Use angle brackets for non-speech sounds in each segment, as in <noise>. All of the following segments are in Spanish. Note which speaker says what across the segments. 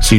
Speaker 1: Si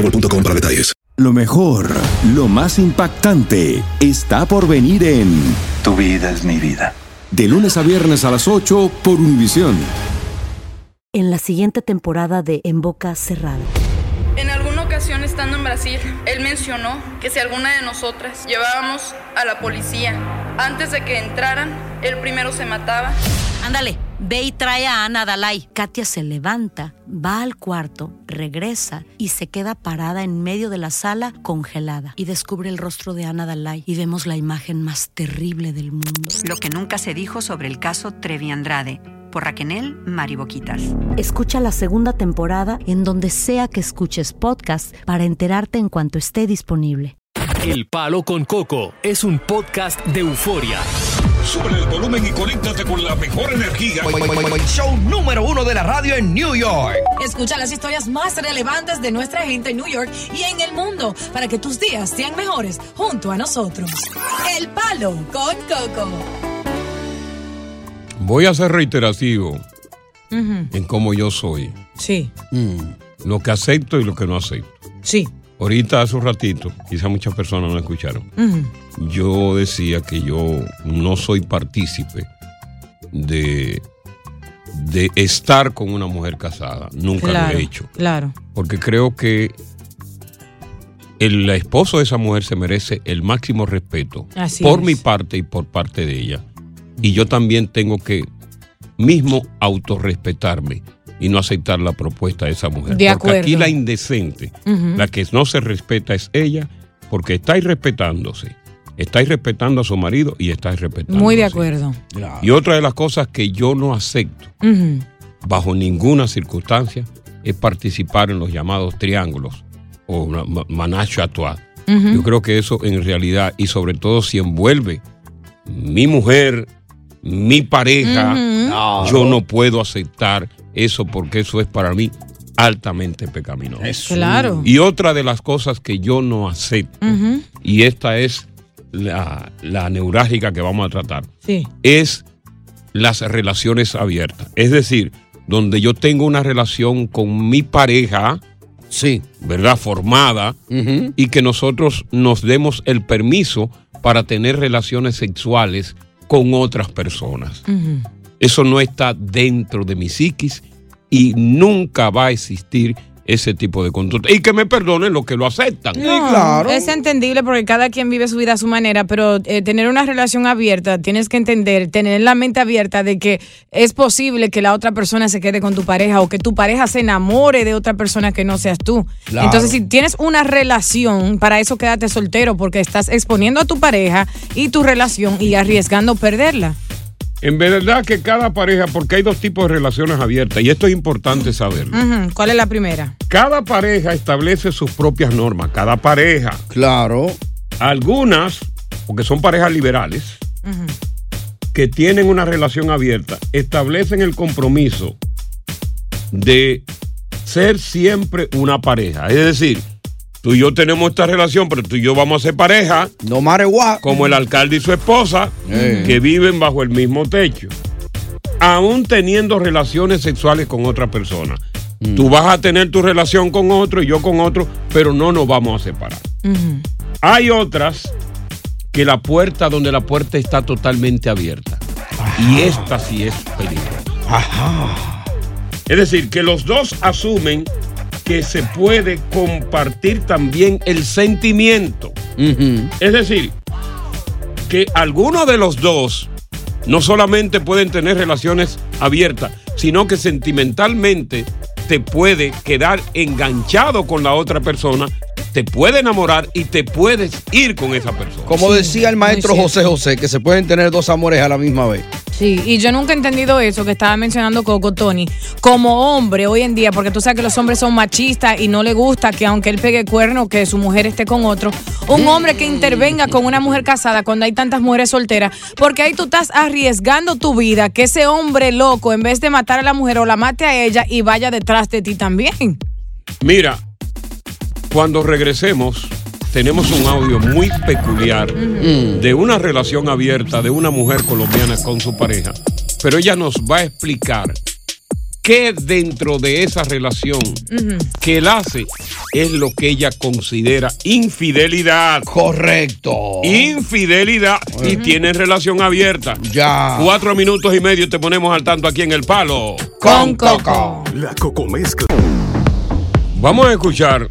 Speaker 2: mobile.com para detalles.
Speaker 3: Lo mejor, lo más impactante, está por venir en
Speaker 4: Tu vida es mi vida.
Speaker 3: De lunes a viernes a las 8 por Univisión.
Speaker 5: En la siguiente temporada de En Boca Cerrada.
Speaker 6: En alguna ocasión estando en Brasil, él mencionó que si alguna de nosotras llevábamos a la policía antes de que entraran, él primero se mataba.
Speaker 5: Ándale, ve y trae a Ana Dalai. Katia se levanta, va al cuarto, regresa y se queda parada en medio de la sala congelada. Y descubre el rostro de Ana Dalai y vemos la imagen más terrible del mundo.
Speaker 7: Lo que nunca se dijo sobre el caso Trevi Andrade. Por Raquenel Mariboquitas.
Speaker 5: Escucha la segunda temporada en donde sea que escuches podcast para enterarte en cuanto esté disponible.
Speaker 8: El Palo con Coco es un podcast de euforia.
Speaker 9: Sube el volumen y conéctate con la mejor energía.
Speaker 10: Show número uno de la radio en New York.
Speaker 11: Escucha las historias más relevantes de nuestra gente en New York y en el mundo para que tus días sean mejores junto a nosotros. El Palo con Coco.
Speaker 12: Voy a ser reiterativo uh -huh. en cómo yo soy.
Speaker 11: Sí. Mm,
Speaker 12: lo que acepto y lo que no acepto.
Speaker 11: Sí.
Speaker 12: Ahorita hace un ratito, quizá muchas personas no escucharon. Uh -huh. Yo decía que yo no soy partícipe de, de estar con una mujer casada. Nunca
Speaker 11: claro,
Speaker 12: lo he hecho. Ah,
Speaker 11: Claro.
Speaker 12: Porque creo que el esposo de esa mujer se merece el máximo respeto
Speaker 11: Así
Speaker 12: por
Speaker 11: es.
Speaker 12: mi parte y por parte de ella. Y yo también tengo que mismo autorrespetarme y no aceptar la propuesta de esa mujer.
Speaker 11: De
Speaker 12: porque aquí
Speaker 11: acuerdo.
Speaker 12: la indecente,
Speaker 11: Uh -huh.
Speaker 12: la que no se respeta es ella, porque está irrespetándose. Está irrespetando a su marido y está irrespetando.
Speaker 11: Muy de acuerdo.
Speaker 12: Y otra de las cosas que yo no acepto,
Speaker 11: Ujú.
Speaker 12: bajo ninguna circunstancia, es participar en los llamados triángulos o una ma- manacho a trois.
Speaker 11: Ujú.
Speaker 12: Yo creo que eso en realidad, y sobre todo si envuelve mi mujer, mi pareja, yo no puedo aceptar eso porque eso es para mí altamente pecaminoso.
Speaker 11: Claro.
Speaker 12: Y otra de las cosas que yo no acepto,
Speaker 11: Ujú.
Speaker 12: y esta es la, la neurálgica que vamos a tratar,
Speaker 11: Sí.
Speaker 12: es las relaciones abiertas. Es decir, donde yo tengo una relación con mi pareja,
Speaker 13: Sí.
Speaker 12: ¿verdad? Formada, y que nosotros nos demos el permiso para tener relaciones sexuales con otras personas.
Speaker 11: Ujú.
Speaker 12: Eso no está dentro de mi psiquis y nunca va a existir ese tipo de conducta. Y que me perdonen los que lo aceptan.
Speaker 11: No, Es entendible porque cada quien vive su vida a su manera, pero eh, tener una relación abierta, tienes que entender, tener la mente abierta de que es posible que la otra persona se quede con tu pareja o que tu pareja se enamore de otra persona que no seas tú.
Speaker 14: Claro.
Speaker 11: Entonces, si tienes una relación, para eso quédate soltero porque estás exponiendo a tu pareja y tu relación y arriesgando perderla.
Speaker 12: En verdad que cada pareja, porque hay dos tipos de relaciones abiertas, y esto es importante saberlo.
Speaker 11: Ujú, ¿Cuál es la primera?
Speaker 12: Cada pareja establece sus propias normas, cada pareja.
Speaker 13: Claro.
Speaker 12: Algunas, porque son parejas liberales, que tienen una relación abierta, establecen el compromiso de ser siempre una pareja. Es decir, tú y yo tenemos esta relación, pero tú y yo vamos a ser pareja.
Speaker 13: No maregua.
Speaker 12: Como el alcalde y su esposa,
Speaker 13: Eh.
Speaker 12: que viven bajo el mismo techo. Aún teniendo relaciones sexuales con otra persona. Tú vas a tener tu relación con otro y yo con otro, pero no nos vamos a separar.
Speaker 11: Ujú.
Speaker 12: Hay otras que la puerta, donde la puerta está totalmente abierta. Y esta sí es peligrosa. Es decir, que los dos asumen que se puede compartir también el sentimiento. Es decir, que alguno de los dos no solamente pueden tener relaciones abiertas, sino que sentimentalmente te puede quedar enganchado con la otra persona te puede enamorar y te puedes ir con esa persona.
Speaker 13: Como decía el maestro José José, que se pueden tener dos amores a la misma vez.
Speaker 11: Sí, y yo nunca he entendido eso que estaba mencionando Coco Tony. Como hombre hoy en día, porque tú sabes que los hombres son machistas y no le gusta que aunque él pegue cuerno, que su mujer esté con otro. Un hombre que intervenga con una mujer casada cuando hay tantas mujeres solteras, porque ahí tú estás arriesgando tu vida, que ese hombre loco, en vez de matar a la mujer o la mate a ella y vaya detrás de ti también.
Speaker 12: Mira, cuando regresemos, tenemos un audio muy peculiar de una relación abierta de una mujer colombiana con su pareja. Pero ella nos va a explicar qué dentro de esa relación que él hace es lo que ella considera infidelidad.
Speaker 13: Correcto.
Speaker 12: Infidelidad y tiene relación abierta.
Speaker 13: Ya.
Speaker 12: Cuatro minutos y medio te ponemos al tanto aquí en el palo.
Speaker 11: Con Coco.
Speaker 12: La Coco Mezcla. Vamos a escuchar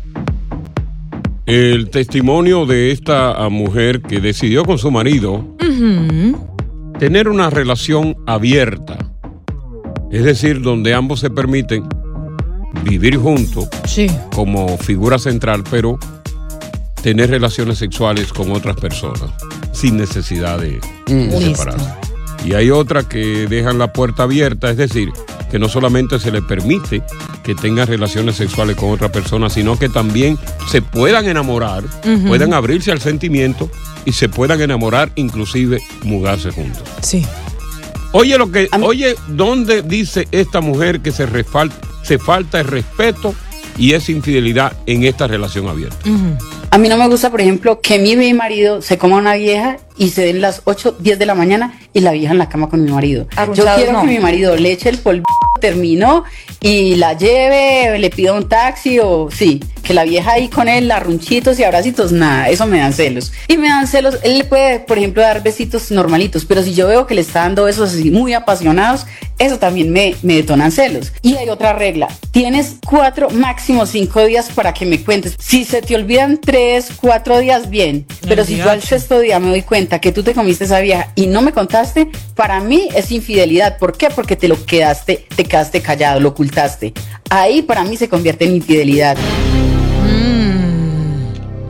Speaker 12: el testimonio de esta mujer que decidió con su marido tener una relación abierta, es decir, donde ambos se permiten vivir juntos
Speaker 11: Sí.
Speaker 12: como figura central, pero tener relaciones sexuales con otras personas sin necesidad de, de
Speaker 14: Listo.
Speaker 12: separarse. Y hay otra que dejan la puerta abierta, es decir, que no solamente se le permite que tengan relaciones sexuales con otra persona, sino que también se puedan enamorar,
Speaker 11: Ujú.
Speaker 12: puedan abrirse al sentimiento y se puedan enamorar, inclusive mudarse juntos.
Speaker 11: Sí.
Speaker 12: Oye lo que, oye, ¿dónde dice esta mujer que se, refal- se falta el respeto y es infidelidad en esta relación abierta?
Speaker 15: A mí no me gusta, por ejemplo, que mi, mi marido se coma a una vieja y se den las 8, 10 de la mañana y la vieja en la cama con mi marido.
Speaker 16: Arrunchados,
Speaker 15: Yo quiero
Speaker 16: no.
Speaker 15: que mi marido le eche el polvo, terminó y la lleve, le pida un taxi o sí, que la vieja ahí con él, arrunchitos y abracitos, nada, eso me dan celos. Y me dan celos, él le puede, por ejemplo, dar besitos normalitos, pero si yo veo que le está dando besos así muy apasionados, eso también me, me detonan celos. Y hay otra regla, tienes cuatro, máximo cinco días para que me cuentes. Si se te olvidan tres, cuatro días, bien, pero si yo al sexto día me doy cuenta que tú te comiste esa vieja y no me contaste, para mí es infidelidad. ¿Por qué? Porque te lo quedaste, te quedaste callado, lo ocultaste. Ahí para mí se convierte en infidelidad.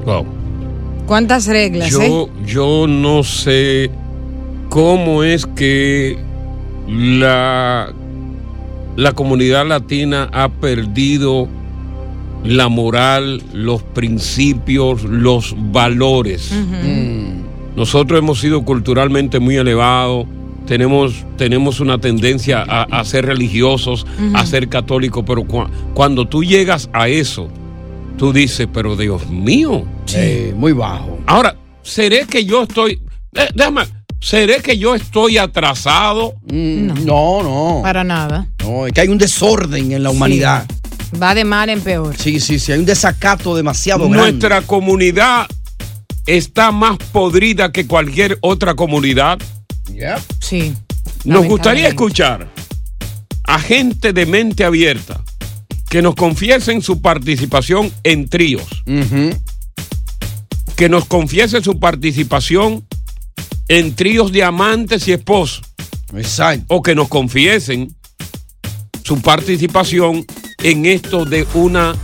Speaker 12: Wow.
Speaker 11: ¿Cuántas reglas, eh?
Speaker 12: Yo, yo no sé cómo es que la, la comunidad latina ha perdido la moral, los principios, los valores. Nosotros hemos sido culturalmente muy elevados, tenemos, tenemos una tendencia a, a ser religiosos, a
Speaker 17: Ujú.
Speaker 12: ser católicos, pero cua- cuando tú llegas a eso, tú dices, pero Dios mío.
Speaker 13: muy bajo.
Speaker 12: Ahora, ¿seré que yo estoy... eh, déjame, ¿seré que yo estoy atrasado?
Speaker 13: Mm. No, no.
Speaker 11: Para nada.
Speaker 13: No, es que hay un desorden en la humanidad.
Speaker 11: Va de mal en peor.
Speaker 13: Sí, sí, sí, hay un desacato demasiado grande.
Speaker 12: Nuestra comunidad está más podrida que cualquier otra comunidad.
Speaker 11: Sí.
Speaker 12: Nos gustaría escuchar a gente de mente abierta que nos confiesen su participación en tríos, que nos confiese su participación en tríos de amantes y esposos, o que nos confiesen su participación en esto de una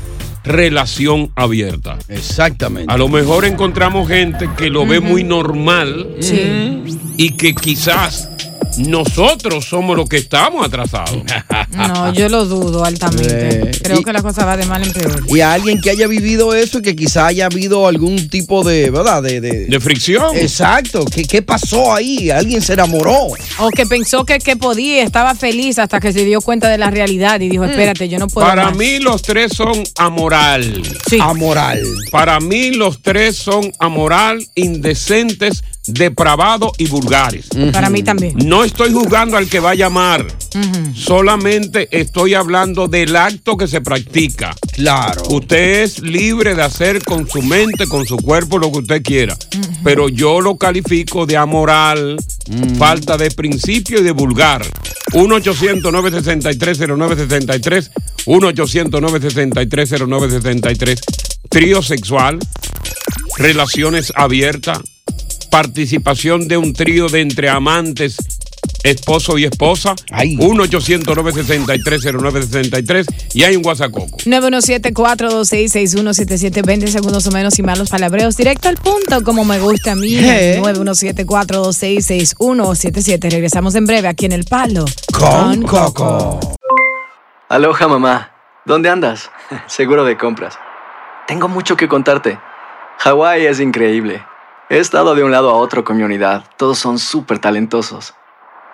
Speaker 12: relación abierta.
Speaker 13: Exactamente.
Speaker 12: A lo mejor encontramos gente que lo ve muy normal y que quizás nosotros somos los que estamos atrasados.
Speaker 11: <laughs> No, yo lo dudo altamente. Creo que la cosa va de mal en peor.
Speaker 13: Y a alguien que haya vivido eso y que quizá haya habido algún tipo de, ¿verdad? De, de-
Speaker 12: De fricción.
Speaker 13: Exacto. ¿Qué, qué pasó ahí? ¿Alguien se enamoró?
Speaker 11: O que pensó que, que podía, estaba feliz hasta que se dio cuenta de la realidad y dijo,
Speaker 12: Mm.
Speaker 11: espérate, yo no puedo.
Speaker 12: Para
Speaker 11: más".
Speaker 12: mí los tres son amoral.
Speaker 13: Amoral.
Speaker 12: Para mí los tres son amoral, indecentes, depravados y vulgares.
Speaker 11: Para mí también.
Speaker 12: No estoy juzgando al que va a llamar.
Speaker 11: Ujú.
Speaker 12: Solamente estoy hablando del acto que se practica.
Speaker 13: Claro.
Speaker 12: Usted es libre de hacer con su mente, con su cuerpo, lo que usted quiera. Pero yo lo califico de amoral, falta de principio y de vulgar. 1-800-963-0963. 1-800-963-0963. Trío sexual. Relaciones abiertas. Participación de un trío de entre amantes esposo y esposa. 1-800-963-0963. Y hay un WhatsApp.
Speaker 11: 917-426-6177, 20 segundos o menos y malos palabreos. Directo al punto, como me gusta a mí.
Speaker 12: <laughs> ¿Eh?
Speaker 11: 917-426-6177. Regresamos en breve aquí en El Palo.
Speaker 14: Con Coco. Aloha, mamá. ¿Dónde andas? <laughs> Seguro de compras. Tengo mucho que contarte. Hawái es increíble. He estado de un lado a otro con mi unidad. Todos son súper talentosos.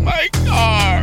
Speaker 9: My car.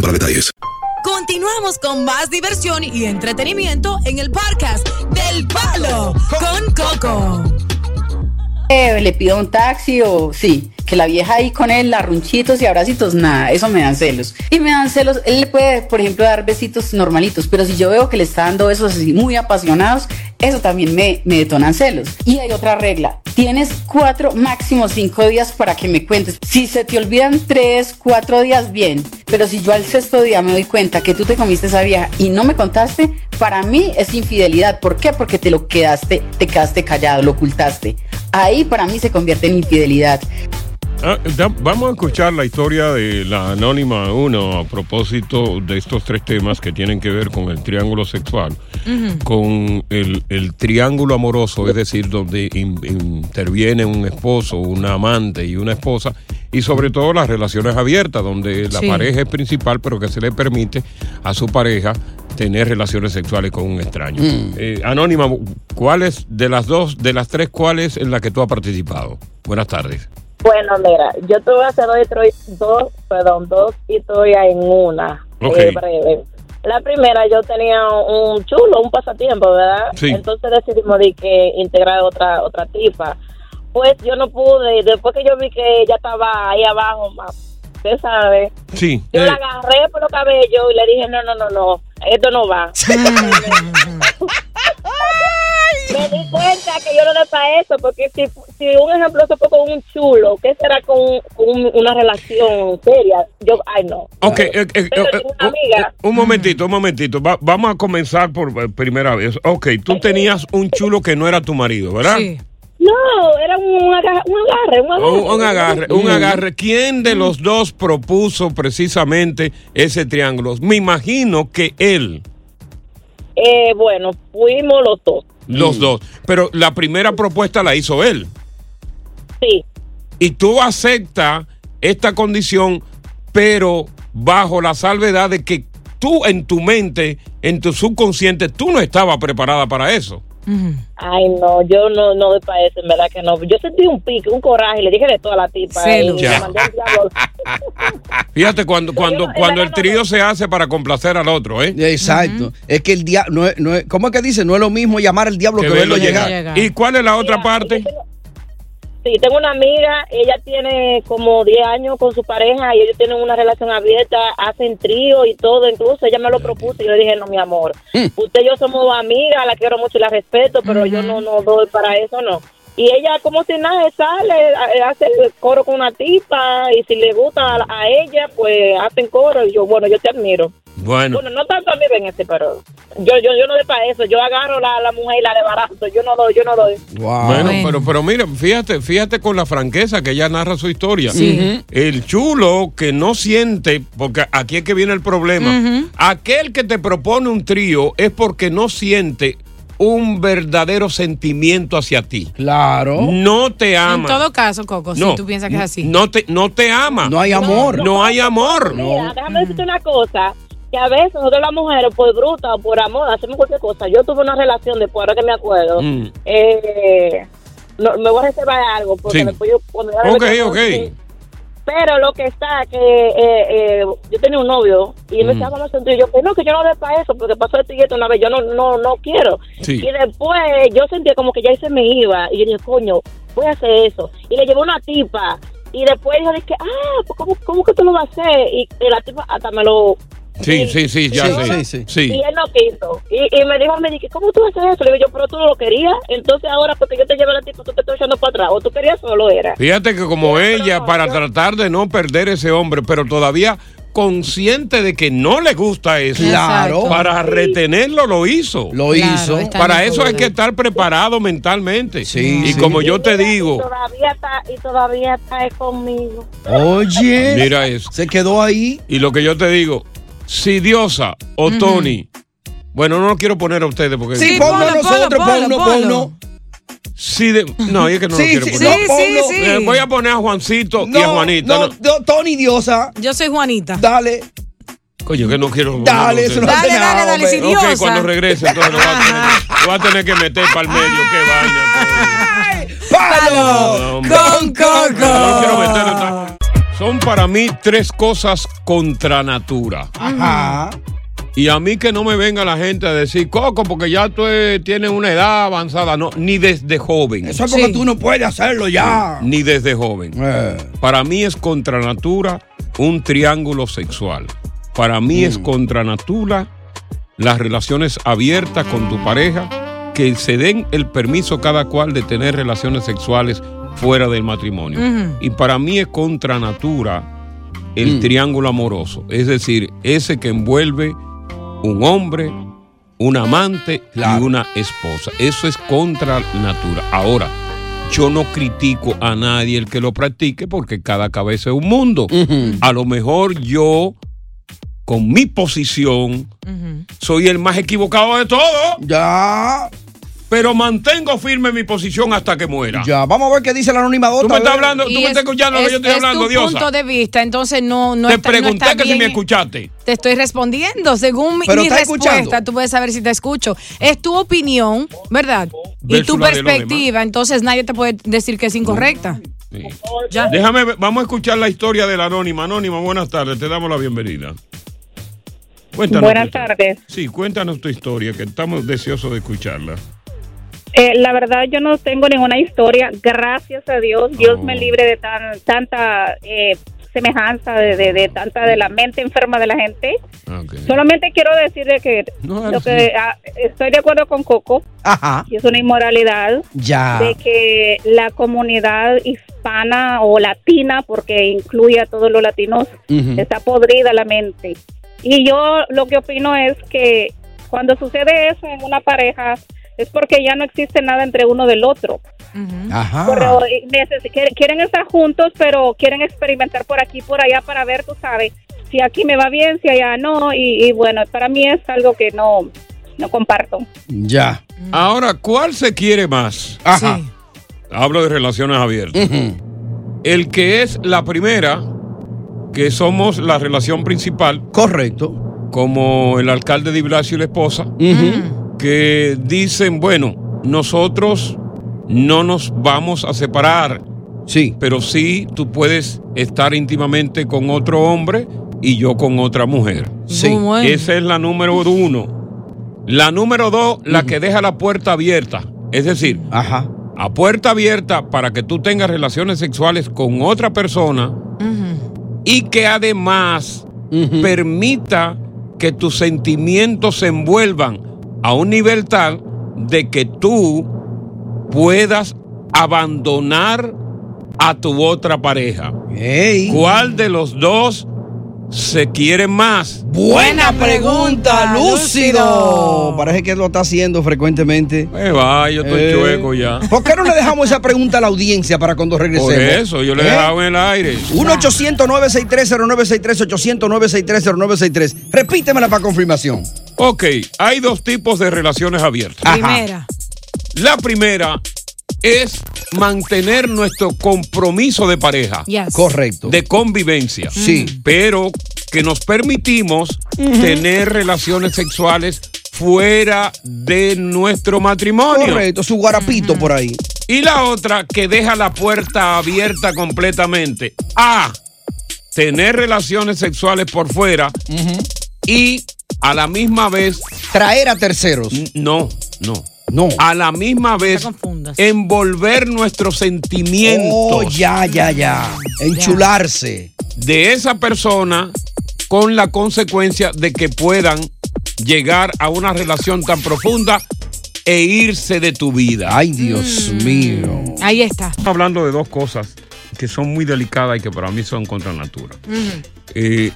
Speaker 2: para detalles.
Speaker 18: Continuamos con más diversión y entretenimiento en el podcast del Palo con Coco.
Speaker 15: Eh, le pido un taxi o sí, que la vieja ahí con él, larrunchitos y abracitos, nada, eso me dan celos. Y me dan celos, él le puede, por ejemplo, dar besitos normalitos, pero si yo veo que le está dando besos así muy apasionados, eso también me, me detonan celos. Y hay otra regla, tienes cuatro, máximo cinco días para que me cuentes. Si se te olvidan tres, cuatro días, bien, pero si yo al sexto día me doy cuenta que tú te comiste esa vieja y no me contaste, para mí es infidelidad. ¿Por qué? Porque te lo quedaste, te quedaste callado, lo ocultaste. Ahí para mí se convierte en infidelidad.
Speaker 12: Ah, da- vamos a escuchar la historia de la Anónima 1 a propósito de estos tres temas que tienen que ver con el triángulo sexual, con el, el triángulo amoroso, es decir, donde in- interviene un esposo, una amante y una esposa, y sobre todo las relaciones abiertas, donde la
Speaker 19: Sí.
Speaker 12: pareja es principal, pero que se le permite a su pareja tener relaciones sexuales con un extraño.
Speaker 19: Mm.
Speaker 12: Eh, Anónima, ¿cuál es de las dos, de las tres, cuál es en la que tú has participado? Buenas tardes.
Speaker 20: Bueno, mira, yo tuve hace dos, histori- dos, perdón, dos historias en una.
Speaker 12: Ok.
Speaker 20: eh, breve. La primera, yo tenía un chulo, un pasatiempo, ¿verdad?
Speaker 21: Sí.
Speaker 20: Entonces decidimos de que integrar otra otra tipa. Pues yo no pude, y después que yo vi que ella estaba ahí abajo, ma, usted sabe,
Speaker 12: Sí.
Speaker 20: yo
Speaker 12: eh,
Speaker 20: la agarré por los cabellos y le dije, no, no, no, no, esto no
Speaker 12: <laughs>
Speaker 20: va. <laughs> Me di cuenta que yo no era para eso, porque si, si un ejemplo se fue con un chulo, ¿qué será con, con un- una relación seria? Yo, ay no.
Speaker 12: Ok, eh, eh,
Speaker 20: Pero
Speaker 12: eh,
Speaker 20: tengo una
Speaker 12: un-
Speaker 20: amiga.
Speaker 12: un momentito, un momentito. Va- vamos a comenzar por eh, primera vez. Ok, tú tenías un chulo que no era tu marido, ¿verdad?
Speaker 20: No, era un, aga- un agarre, un agarre.
Speaker 12: Un, un agarre, un agarre. ¿Quién de los dos propuso precisamente ese triángulo? Me imagino que él,
Speaker 20: Eh, bueno, fuimos los dos.
Speaker 12: los dos. Pero la primera propuesta la hizo él.
Speaker 20: Sí.
Speaker 12: Y tú aceptas esta condición, pero bajo la salvedad de que tú en tu mente, en tu subconsciente, tú no estabas preparada para eso.
Speaker 20: Ay, no, yo no, no doy para eso, en verdad que no. Yo sentí un pique, un coraje, le dije de toda la tipa.
Speaker 12: Celos.
Speaker 20: y le
Speaker 12: Ya.
Speaker 20: mandé al diablo.
Speaker 12: Fíjate, cuando, cuando, cuando el trío se hace para complacer al otro, ¿eh?
Speaker 13: Exacto. Es que el diablo, no, es- no es- ¿cómo es que dice? No es lo mismo llamar al diablo que, verlo llegar.
Speaker 12: ¿Y cuál es la otra parte?
Speaker 20: Sí, tengo una amiga, ella tiene como 10 años con su pareja y ellos tienen una relación abierta, hacen trío y todo, incluso ella me lo propuso y yo le dije, no, mi amor, usted y yo somos amigas, la quiero mucho y la respeto, pero yo no, no doy para eso, no. Y ella como si nada sale, ha- hace el coro con una tipa y si le gusta a, a ella, pues hacen coro. Y yo, bueno, yo te admiro.
Speaker 12: Bueno.
Speaker 20: Bueno, no tanto a mí ven este, pero yo yo yo no doy para eso. Yo agarro la, la mujer y la desbarato. Yo no doy, yo no doy.
Speaker 12: Bueno, Pero, pero mira, fíjate, fíjate con la franqueza que ella narra su historia.
Speaker 20: Sí. Ujú.
Speaker 12: El chulo que no siente, porque aquí es que viene el problema.
Speaker 19: Ujú.
Speaker 12: Aquel que te propone un trío es porque no siente un verdadero sentimiento hacia ti. Claro. No te
Speaker 11: En
Speaker 12: ama.
Speaker 11: todo caso, Coco,
Speaker 12: No.
Speaker 11: si tú piensas que es así.
Speaker 12: No te, no te ama. No hay
Speaker 20: amor.
Speaker 12: No, hay amor.
Speaker 20: Mira, déjame decirte una cosa. Que a veces nosotros las mujeres, por bruta o por amor, hacemos cualquier cosa. Yo tuve una relación después, ahora que me acuerdo.
Speaker 12: Mm.
Speaker 20: Eh, no, me voy a reservar algo. Porque
Speaker 12: Sí.
Speaker 20: después yo, cuando ya me
Speaker 12: Ok,
Speaker 20: meto-
Speaker 12: ok.
Speaker 20: sí. Pero lo que está, que eh, eh, yo tenía un novio y él me
Speaker 12: Mm.
Speaker 20: estaba hablando y yo, pues no, que yo no doy para eso, porque pasó esto y esto una vez, yo no, no, no quiero.
Speaker 12: Sí.
Speaker 20: Y después yo sentía como que ya se me iba y yo dije, coño, voy a hacer eso. Y le llevó una tipa y después yo dije, ah, pues ¿cómo, cómo que tú lo vas a hacer? Y, y la tipa hasta me lo...
Speaker 12: Sí, sí, sí, ya
Speaker 20: Sí,
Speaker 12: sé.
Speaker 20: sí, Y él no quiso. Y, y me dijo, me dije, ¿cómo tú haces eso? Le digo yo, pero tú no lo querías. Entonces ahora, porque yo te llevé a la tipa, tú te estás echando para atrás. O tú querías o lo era.
Speaker 12: Fíjate que como ella, para tratar de no perder ese hombre, pero todavía consciente de que no le gusta eso.
Speaker 13: Claro.
Speaker 12: Para
Speaker 13: Sí.
Speaker 12: retenerlo lo hizo.
Speaker 13: Lo Claro, hizo. está
Speaker 12: Para
Speaker 13: en
Speaker 12: eso
Speaker 13: todo
Speaker 12: hay que estar preparado mentalmente. Y
Speaker 13: sí.
Speaker 12: como yo te digo,
Speaker 20: Todavía está, y todavía está ahí conmigo.
Speaker 12: Oye. Mira eso. Se quedó ahí. Y lo que yo te digo, si Diosa o
Speaker 20: Ujú.
Speaker 12: Tony, bueno, no lo quiero poner a ustedes porque.
Speaker 13: Sí, ponlo a nosotros, ponlo, ponlo.
Speaker 12: Sí, de- no, es que no
Speaker 13: Sí,
Speaker 12: lo quiero
Speaker 13: sí,
Speaker 12: poner.
Speaker 13: sí, No, sí, ponlo. sí.
Speaker 12: Eh, voy a poner a Juancito y a Juanita.
Speaker 13: no,
Speaker 12: no.
Speaker 13: no, Tony Diosa.
Speaker 11: Yo soy Juanita.
Speaker 13: Dale.
Speaker 12: Coño, que no quiero.
Speaker 13: Dale, eso no Dale, hace nada, dale, dale, hombre. sin
Speaker 12: Ok,
Speaker 13: Diosa.
Speaker 12: cuando regrese, entonces lo va a tener, lo va a tener que meter para el medio. Qué vaina.
Speaker 13: ¡Palo!
Speaker 12: No, hombre.
Speaker 13: ¡Con
Speaker 12: No quiero
Speaker 13: Coco!
Speaker 12: meterlo tan- Son para mí tres cosas contra natura.
Speaker 13: Ajá.
Speaker 12: Y a mí que no me venga la gente a decir, Coco, porque ya tú eh, tienes una edad avanzada. No, ni desde joven.
Speaker 13: Eso es porque tú no puedes hacerlo ya. Eh.
Speaker 12: Ni desde joven. Para mí es contra natura un triángulo sexual. Para mí es contra natura las relaciones abiertas con tu pareja, que se den el permiso cada cual de tener relaciones sexuales fuera del matrimonio.
Speaker 21: Ujú.
Speaker 12: Y para mí es contra natura el triángulo amoroso, es decir, ese que envuelve un hombre, un amante y una esposa. Eso es contra natura. Ahora, yo no critico a nadie el que lo practique porque cada cabeza es un mundo. A lo mejor yo, con mi posición, soy el más equivocado de todo. Ya. Pero mantengo firme mi posición hasta que muera.
Speaker 13: Ya, vamos a ver qué dice la anonimadora.
Speaker 12: Tú me estás
Speaker 13: A ver.
Speaker 12: hablando, tú
Speaker 11: Y
Speaker 12: me
Speaker 11: es-
Speaker 12: estás escuchando lo que
Speaker 11: es-
Speaker 12: yo estoy
Speaker 11: es
Speaker 12: hablando,
Speaker 11: tu
Speaker 12: Diosa.
Speaker 11: punto de vista, entonces no, no
Speaker 12: te
Speaker 11: está- no
Speaker 12: pregunté
Speaker 11: está
Speaker 12: que si me
Speaker 11: bien.
Speaker 12: escuchaste.
Speaker 11: Te estoy respondiendo. Según mi,
Speaker 12: Pero
Speaker 11: mi
Speaker 12: está
Speaker 11: respuesta,
Speaker 12: escuchando.
Speaker 11: tú puedes saber si te escucho. Es tu opinión, ¿verdad? y
Speaker 12: Versus
Speaker 11: tu
Speaker 12: la de los
Speaker 11: perspectiva. Entonces nadie te puede decir que es incorrecta.
Speaker 12: Déjame, ver, vamos a escuchar la historia de la anónima. Anónima, buenas tardes, te damos la bienvenida. Cuéntanos
Speaker 20: Buenas
Speaker 12: tu historia. Sí, cuéntanos tu historia, que estamos deseosos de escucharla.
Speaker 20: Eh, la verdad, yo no tengo ninguna historia. Gracias a Dios, Dios me
Speaker 13: Oh.
Speaker 20: libre de tan, tanta eh, semejanza, de, de- de tanta de la mente enferma de la gente. Solamente quiero decirle que,
Speaker 13: No,
Speaker 20: lo
Speaker 13: sí.
Speaker 20: que ah, estoy de acuerdo con Coco,
Speaker 13: Ajá.
Speaker 20: y es una inmoralidad
Speaker 13: Ya.
Speaker 20: de que la comunidad hispana o latina, porque incluye a todos los latinos,
Speaker 13: Ujú.
Speaker 20: está podrida la mente. Y yo lo que opino es que cuando sucede eso en una pareja es porque ya no existe nada entre uno del otro.
Speaker 13: Ajá.
Speaker 20: Pero, eh, neces- quiere- quieren estar juntos, pero quieren experimentar por aquí, por allá para ver, tú sabes, si aquí me va bien, si allá no. Y, y bueno, para mí es algo que no, no comparto.
Speaker 12: Ya. Ahora, ¿cuál se quiere más? Ajá. Hablo de relaciones abiertas. El que es la primera, que somos la relación principal. Correcto. Como el alcalde de Blasio y la esposa, que dicen, bueno, nosotros no nos vamos a separar. Sí. Pero sí, tú puedes estar íntimamente con otro hombre y yo con otra mujer.
Speaker 13: Sí. Muy bueno.
Speaker 12: Esa es la número uno. La número dos, la que deja la puerta abierta. Es decir, a puerta abierta para que tú tengas relaciones sexuales con otra persona y que además permita que tus sentimientos se envuelvan a un nivel tal de que tú puedas abandonar a tu otra pareja? ¿Cuál de los dos se quiere más?
Speaker 13: Buena pregunta, lúcido. Parece que lo está haciendo frecuentemente.
Speaker 12: Eh, va, yo estoy
Speaker 13: Eh.
Speaker 12: chueco ya.
Speaker 13: ¿Por qué no le dejamos esa pregunta a la audiencia para cuando regresemos?
Speaker 12: Por eso, yo le
Speaker 13: ¿Eh?
Speaker 12: dejaba en el aire.
Speaker 13: 1-800-963-0963, 800-963-0963. Repítemela para confirmación.
Speaker 12: Ok, hay dos tipos de relaciones abiertas.
Speaker 13: Primera.
Speaker 12: La primera es mantener nuestro compromiso de pareja.
Speaker 13: Yes. Correcto.
Speaker 12: De convivencia.
Speaker 13: Sí.
Speaker 12: Pero que nos permitimos
Speaker 13: Ujú.
Speaker 12: tener relaciones sexuales fuera de nuestro matrimonio.
Speaker 13: Correcto, su guarapito por ahí.
Speaker 12: Y la otra que deja la puerta abierta completamente. A. Tener relaciones sexuales por fuera y a la misma vez.
Speaker 13: Traer a terceros.
Speaker 12: No, no.
Speaker 13: No.
Speaker 12: A la misma vez envolver nuestros sentimientos.
Speaker 13: Oh, ya, ya, ya. Enchularse.
Speaker 12: De esa persona con la consecuencia de que puedan llegar a una relación tan profunda e irse de tu vida.
Speaker 13: Ay, Dios mío.
Speaker 11: Ahí está.
Speaker 12: Estamos hablando de dos cosas que son muy delicadas y que para mí son contra natura.
Speaker 11: Ujú.
Speaker 12: Eh,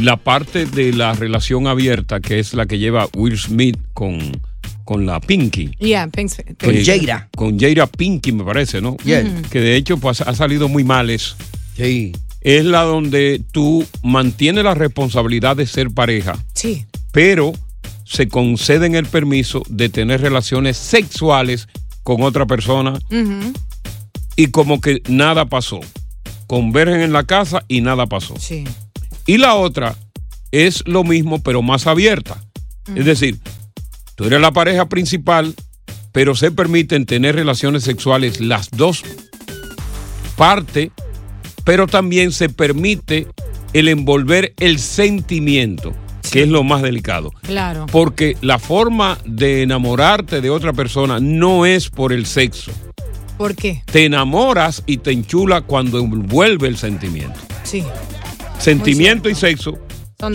Speaker 12: la parte de la relación abierta, que es la que lleva Will Smith con, con la Pinky.
Speaker 11: Yeah, thanks.
Speaker 12: Eh, Con Jaira Pinky, me parece, ¿no?
Speaker 11: Yeah. Ujú.
Speaker 12: Que de hecho pues, ha salido muy mal eso. Es la donde tú mantienes la responsabilidad de ser pareja,
Speaker 11: Sí.
Speaker 12: pero se conceden el permiso de tener relaciones sexuales con otra persona
Speaker 11: Ujú.
Speaker 12: y como que nada pasó. Convergen en la casa y nada pasó. Y la otra es lo mismo, pero más abierta. Es decir, tú eres la pareja principal, pero se permiten tener relaciones sexuales las dos partes, pero también se permite el envolver el sentimiento, que es lo más delicado.
Speaker 11: Claro.
Speaker 12: Porque la forma de enamorarte de otra persona no es por el sexo.
Speaker 11: ¿Por qué?
Speaker 12: Te enamoras y te enchula cuando envuelve el sentimiento.
Speaker 11: Sí.
Speaker 12: Sentimiento y sexo
Speaker 11: Son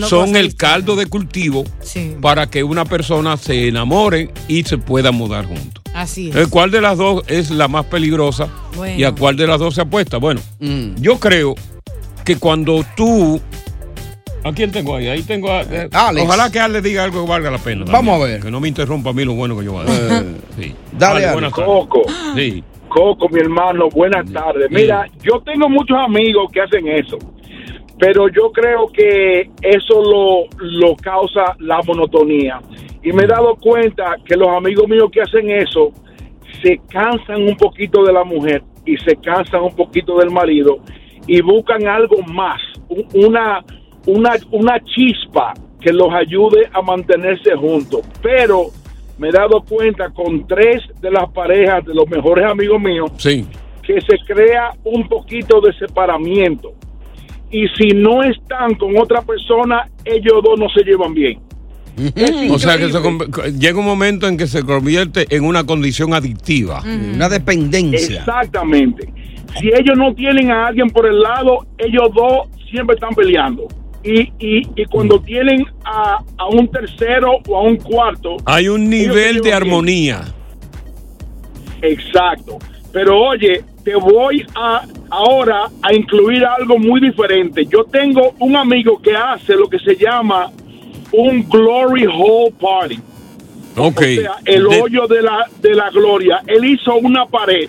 Speaker 12: son,
Speaker 11: dos cosas
Speaker 12: el caldo de cultivo
Speaker 11: Sí.
Speaker 12: para que una persona se enamore y se pueda mudar juntos.
Speaker 11: Así es.
Speaker 12: Entonces, ¿Cuál de las dos es la más peligrosa
Speaker 11: Bueno.
Speaker 12: y a cuál de las dos se apuesta? Bueno,
Speaker 13: Mm.
Speaker 12: yo creo que cuando tú... ¿A quién tengo ahí? Ahí tengo a... eh,
Speaker 13: Alex.
Speaker 12: Ojalá que Alex diga algo que valga la pena.
Speaker 13: Vamos
Speaker 12: a ver. Que no me interrumpa a mí lo bueno que yo voy a
Speaker 13: Eh,
Speaker 12: decir. Sí. Alex,
Speaker 13: dale, Alex.
Speaker 12: buenas tardes.
Speaker 19: Coco,
Speaker 12: Sí.
Speaker 19: Coco, mi hermano, buenas tardes. Mira, yo tengo muchos amigos que hacen eso, pero yo creo que eso lo, lo causa la monotonía. Y me he dado cuenta que los amigos míos que hacen eso se cansan un poquito de la mujer y se cansan un poquito del marido y buscan algo más, un- una, una, una chispa que los ayude a mantenerse juntos. Pero me he dado cuenta con tres de las parejas de los mejores amigos míos
Speaker 12: Sí.
Speaker 19: que se crea un poquito de separamiento. Y si no están con otra persona, ellos dos no se llevan bien.
Speaker 12: <laughs> O sea que se conv- llega un momento en que se convierte en una condición adictiva.
Speaker 13: Una dependencia.
Speaker 19: Exactamente. Si ellos no tienen a alguien por el lado, ellos dos siempre están peleando. Y, y, y
Speaker 13: Mm.
Speaker 19: cuando tienen a, a un tercero o a un cuarto,
Speaker 12: Hay un nivel de armonía.
Speaker 19: Exacto. Pero oye, te voy a ahora a incluir algo muy diferente. Yo tengo un amigo que hace lo que se llama un glory hole party.
Speaker 12: Ok.
Speaker 19: O sea, el
Speaker 12: De-
Speaker 19: hoyo de la, de la gloria. Él hizo una pared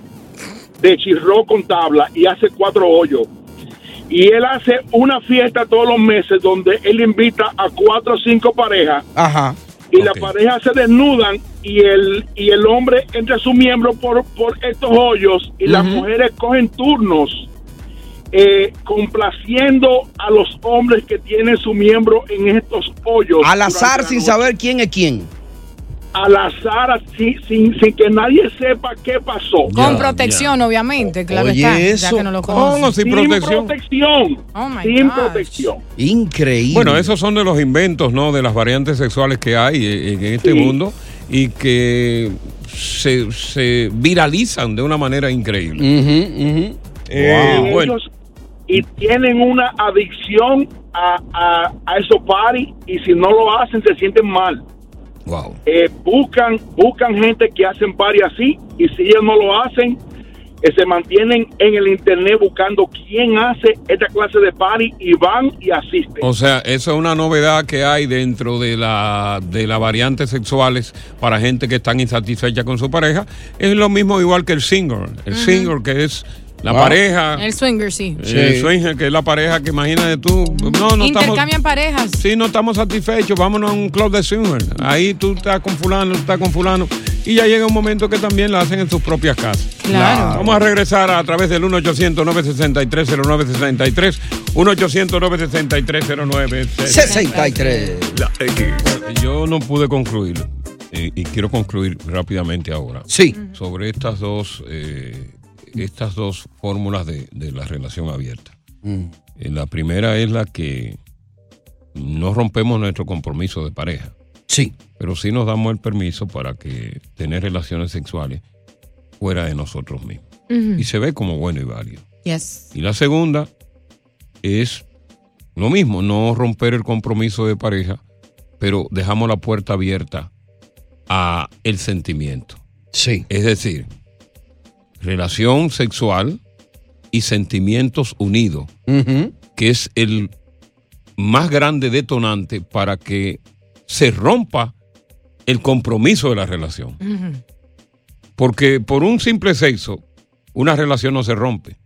Speaker 19: de chirro con tabla y hace cuatro hoyos. Y él hace una fiesta todos los meses donde él invita a cuatro o cinco parejas
Speaker 13: Ajá.
Speaker 19: y las parejas se desnudan y el y el hombre entra a su miembro por, por estos hoyos y las mujeres cogen turnos eh, complaciendo a los hombres que tienen su miembro en estos hoyos.
Speaker 13: Al azar
Speaker 19: durante la
Speaker 13: sin
Speaker 19: noche.
Speaker 13: saber quién es quién.
Speaker 19: Al azar, así, sin, sin que nadie sepa qué pasó.
Speaker 11: Con protección, obviamente, claro
Speaker 13: Oye,
Speaker 11: está. Ya
Speaker 13: eso,
Speaker 11: que no lo
Speaker 13: ¿con
Speaker 11: conocen.
Speaker 13: o sin protección?
Speaker 19: protección.
Speaker 11: Oh my
Speaker 19: sin
Speaker 11: gosh.
Speaker 19: protección.
Speaker 13: Increíble.
Speaker 12: Bueno, esos son de los inventos, ¿no? De las variantes sexuales que hay eh, en este
Speaker 19: Sí.
Speaker 12: mundo y que se, se viralizan de una manera increíble. Eh,
Speaker 19: Y
Speaker 12: bueno.
Speaker 19: ellos- y tienen una adicción a, a, a esos paris y si no lo hacen se sienten mal.
Speaker 12: Wow.
Speaker 19: Eh, buscan, buscan gente que hacen paris así y si ellos no lo hacen que se mantienen en el internet buscando quién hace esta clase de party y van y asisten.
Speaker 12: O sea, eso es una novedad que hay dentro de la de las variantes sexuales para gente que está insatisfecha con su pareja. Es lo mismo igual que el single. El
Speaker 11: Ujú.
Speaker 12: single que es la
Speaker 11: Wow.
Speaker 12: pareja.
Speaker 11: El swinger, sí.
Speaker 12: El swinger, que es la pareja que imagínate tú. No, no estamos.
Speaker 11: Intercambian parejas.
Speaker 12: Sí, no estamos satisfechos, vámonos a un club de swinger. Ahí tú estás con fulano, tú estás con fulano. Y ya llega un momento que también la hacen en sus propias casas.
Speaker 1: Claro.
Speaker 12: Vamos a regresar a través del 1-800-963-0963. 1-800-963-0963.
Speaker 2: La X.
Speaker 12: Yo no pude concluir, eh, y quiero concluir rápidamente ahora.
Speaker 13: Sí.
Speaker 12: Sobre estas dos, eh, estas dos fórmulas de, de la relación abierta. Eh, La primera es la que no rompemos nuestro compromiso de pareja.
Speaker 13: Sí.
Speaker 12: Pero sí nos damos el permiso para que tener relaciones sexuales fuera de nosotros mismos.
Speaker 11: Ujú.
Speaker 15: Mm.
Speaker 12: Y se ve como bueno y válido.
Speaker 11: Yes.
Speaker 12: Y la segunda es lo mismo, no romper el compromiso de pareja, pero dejamos la puerta abierta a el sentimiento.
Speaker 13: Sí.
Speaker 12: Es decir, relación sexual y sentimientos unidos, que es el más grande detonante para que se rompa el compromiso de la relación. Porque por un simple sexo, una relación no se rompe.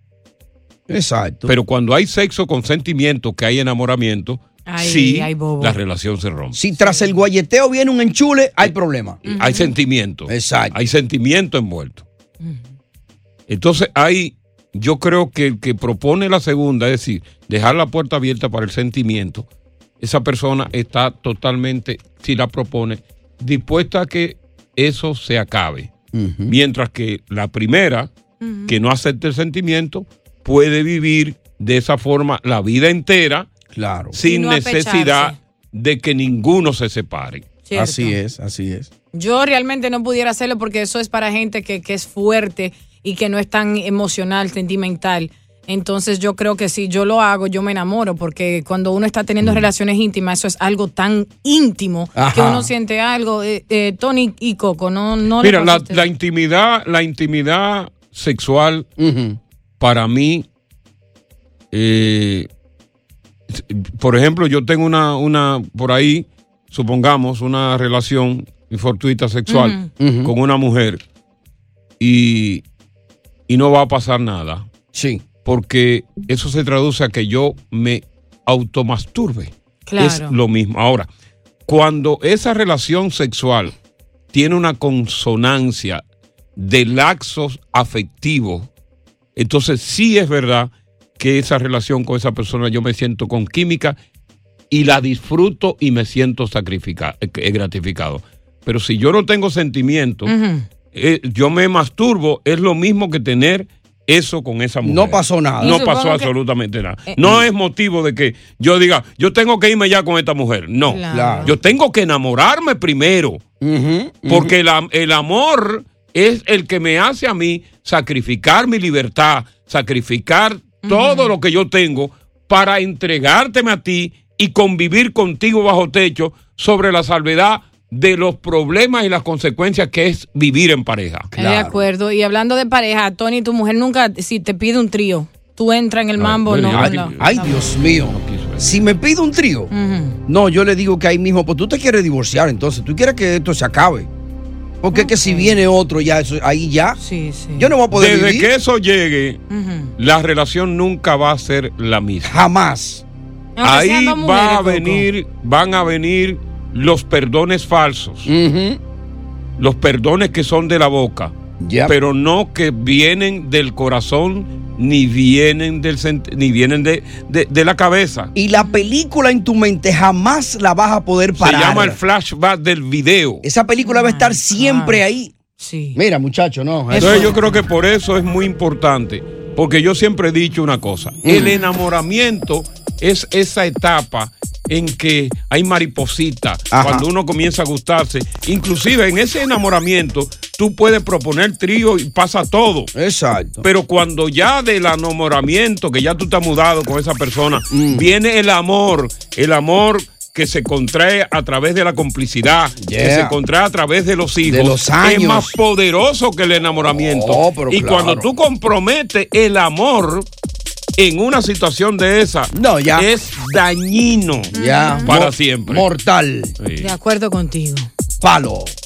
Speaker 13: Exacto.
Speaker 12: Pero cuando hay sexo con sentimiento, que hay enamoramiento,
Speaker 13: Ay,
Speaker 12: sí,
Speaker 13: ay, bobo.
Speaker 12: la relación se rompe.
Speaker 13: Si tras el guayeteo viene un enchule, hay problema.
Speaker 12: Hay sentimiento. Exacto. Hay sentimiento envuelto. Entonces hay, yo creo que el que propone la segunda, es decir, dejar la puerta abierta para el sentimiento, esa persona está totalmente, si la propone, dispuesta a que eso se acabe. Mientras que la primera, que no acepta el sentimiento, puede vivir de esa forma la vida entera sin
Speaker 11: Y no
Speaker 12: necesidad de que ninguno se separe.
Speaker 11: Cierto. Así
Speaker 13: es, así es.
Speaker 11: Yo realmente no pudiera hacerlo porque eso es para gente que, que es fuerte y que no es tan emocional, sentimental. Entonces yo creo que si yo lo hago, yo me enamoro, porque cuando uno está teniendo relaciones íntimas, eso es algo tan íntimo que
Speaker 12: Mm. Ajá.
Speaker 11: uno siente algo. Eh, eh, Tony y Coco, no, no le
Speaker 12: Mira,
Speaker 11: pasa a
Speaker 12: la,
Speaker 11: usted.
Speaker 12: la intimidad, la intimidad sexual para mí, eh, por ejemplo, yo tengo una, una por ahí, supongamos, una relación fortuita sexual
Speaker 13: Ujú. Ujú.
Speaker 12: con una mujer y, y no va a pasar nada.
Speaker 13: Sí.
Speaker 12: Porque eso se traduce a que yo me automasturbe.
Speaker 1: Claro.
Speaker 12: Es lo mismo. Ahora, cuando esa relación sexual tiene una consonancia de laxos afectivos, entonces sí es verdad que esa relación con esa persona yo me siento con química y la disfruto y me siento sacrifica- eh, gratificado. Pero si yo no tengo sentimiento,
Speaker 11: Ujú.
Speaker 12: eh, yo me masturbo, es lo mismo que tener eso con esa mujer.
Speaker 13: No pasó nada. Y
Speaker 12: No
Speaker 13: supongo
Speaker 12: pasó
Speaker 13: que-
Speaker 12: absolutamente nada.
Speaker 13: Eh,
Speaker 12: no es motivo de que yo diga, yo tengo que irme ya con esta mujer. No.
Speaker 13: Claro. Claro.
Speaker 12: Yo tengo que enamorarme primero. Porque el am- el amor es el que me hace a mí sacrificar mi libertad, sacrificar todo lo que yo tengo para entregárteme a ti y convivir contigo bajo techo sobre la salvedad de los problemas y las consecuencias que es vivir en pareja.
Speaker 11: De acuerdo. Y hablando de pareja, Tony, tu mujer nunca, si te pide un trío, tú entras en el mambo, no.
Speaker 13: ay,
Speaker 11: no.
Speaker 13: ay, Dios mío. Si me pide un trío,
Speaker 11: Ujú.
Speaker 13: no, yo le digo que ahí mismo, pues tú te quieres divorciar, entonces tú quieres que esto se acabe. Porque es que si viene otro, ya eso, ahí ya. Yo no voy a poder
Speaker 12: Desde
Speaker 13: vivir.
Speaker 12: que eso llegue,
Speaker 11: Ujú.
Speaker 12: la relación nunca va a ser la misma.
Speaker 13: Jamás.
Speaker 11: Aunque
Speaker 12: Ahí
Speaker 11: sean
Speaker 12: va
Speaker 11: dos mujeres,
Speaker 12: a
Speaker 11: Coco.
Speaker 12: venir, van a venir los perdones falsos. Los perdones que son de la boca.
Speaker 13: Ya.
Speaker 12: Pero no que vienen del corazón, ni vienen del sent- ni vienen de, de- de la cabeza.
Speaker 13: Y la película en tu mente jamás la vas a poder
Speaker 12: Se
Speaker 13: parar.
Speaker 12: llama el flashback del video.
Speaker 13: Esa película va
Speaker 11: Ah.
Speaker 13: a estar siempre ahí.
Speaker 11: Sí.
Speaker 13: Mira, muchacho, no.
Speaker 12: Entonces yo creo que por eso es muy importante, porque yo siempre he dicho una cosa, el enamoramiento es esa etapa en que hay mariposita,
Speaker 13: Ajá.
Speaker 12: cuando uno comienza a gustarse, inclusive en ese enamoramiento tú puedes proponer trío y pasa todo.
Speaker 13: Exacto.
Speaker 12: Pero cuando ya del enamoramiento, que ya tú te has mudado con esa persona, viene el amor, el amor que se contrae a través de la complicidad, que
Speaker 22: Yeah.
Speaker 12: se contrae a través de los hijos,
Speaker 22: De los
Speaker 12: es
Speaker 22: años.
Speaker 12: más poderoso que el enamoramiento.
Speaker 22: Oh, pero
Speaker 12: y
Speaker 22: claro.
Speaker 12: cuando tú comprometes el amor en una situación de esa, es dañino
Speaker 23: Ya.
Speaker 12: para
Speaker 23: Mor-
Speaker 12: siempre.
Speaker 22: Mortal.
Speaker 23: De acuerdo contigo.
Speaker 22: Palo.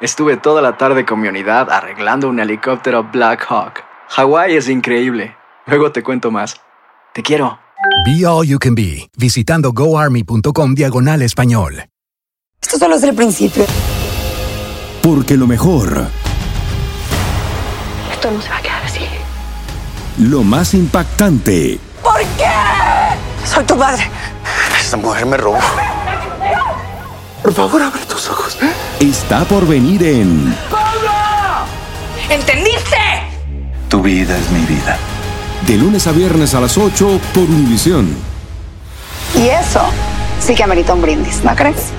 Speaker 14: Estuve toda la tarde con mi unidad arreglando un helicóptero Black Hawk. Hawái es increíble. Luego te cuento más. Te quiero.
Speaker 16: Be All You Can Be, visitando goarmy.com diagonal español.
Speaker 1: Esto solo es el principio.
Speaker 3: Porque lo mejor,
Speaker 1: Esto no se va a quedar así.
Speaker 3: lo más impactante,
Speaker 1: ¿Por qué? Soy tu padre.
Speaker 3: Esta mujer me robó. Por favor, abre tus ojos. Está por venir en
Speaker 1: ¡Pablo! ¿Entendiste?
Speaker 6: Tu vida es mi vida.
Speaker 3: de lunes a viernes a las 8 por Univisión.
Speaker 1: Y eso sí que amerita un brindis, ¿no crees?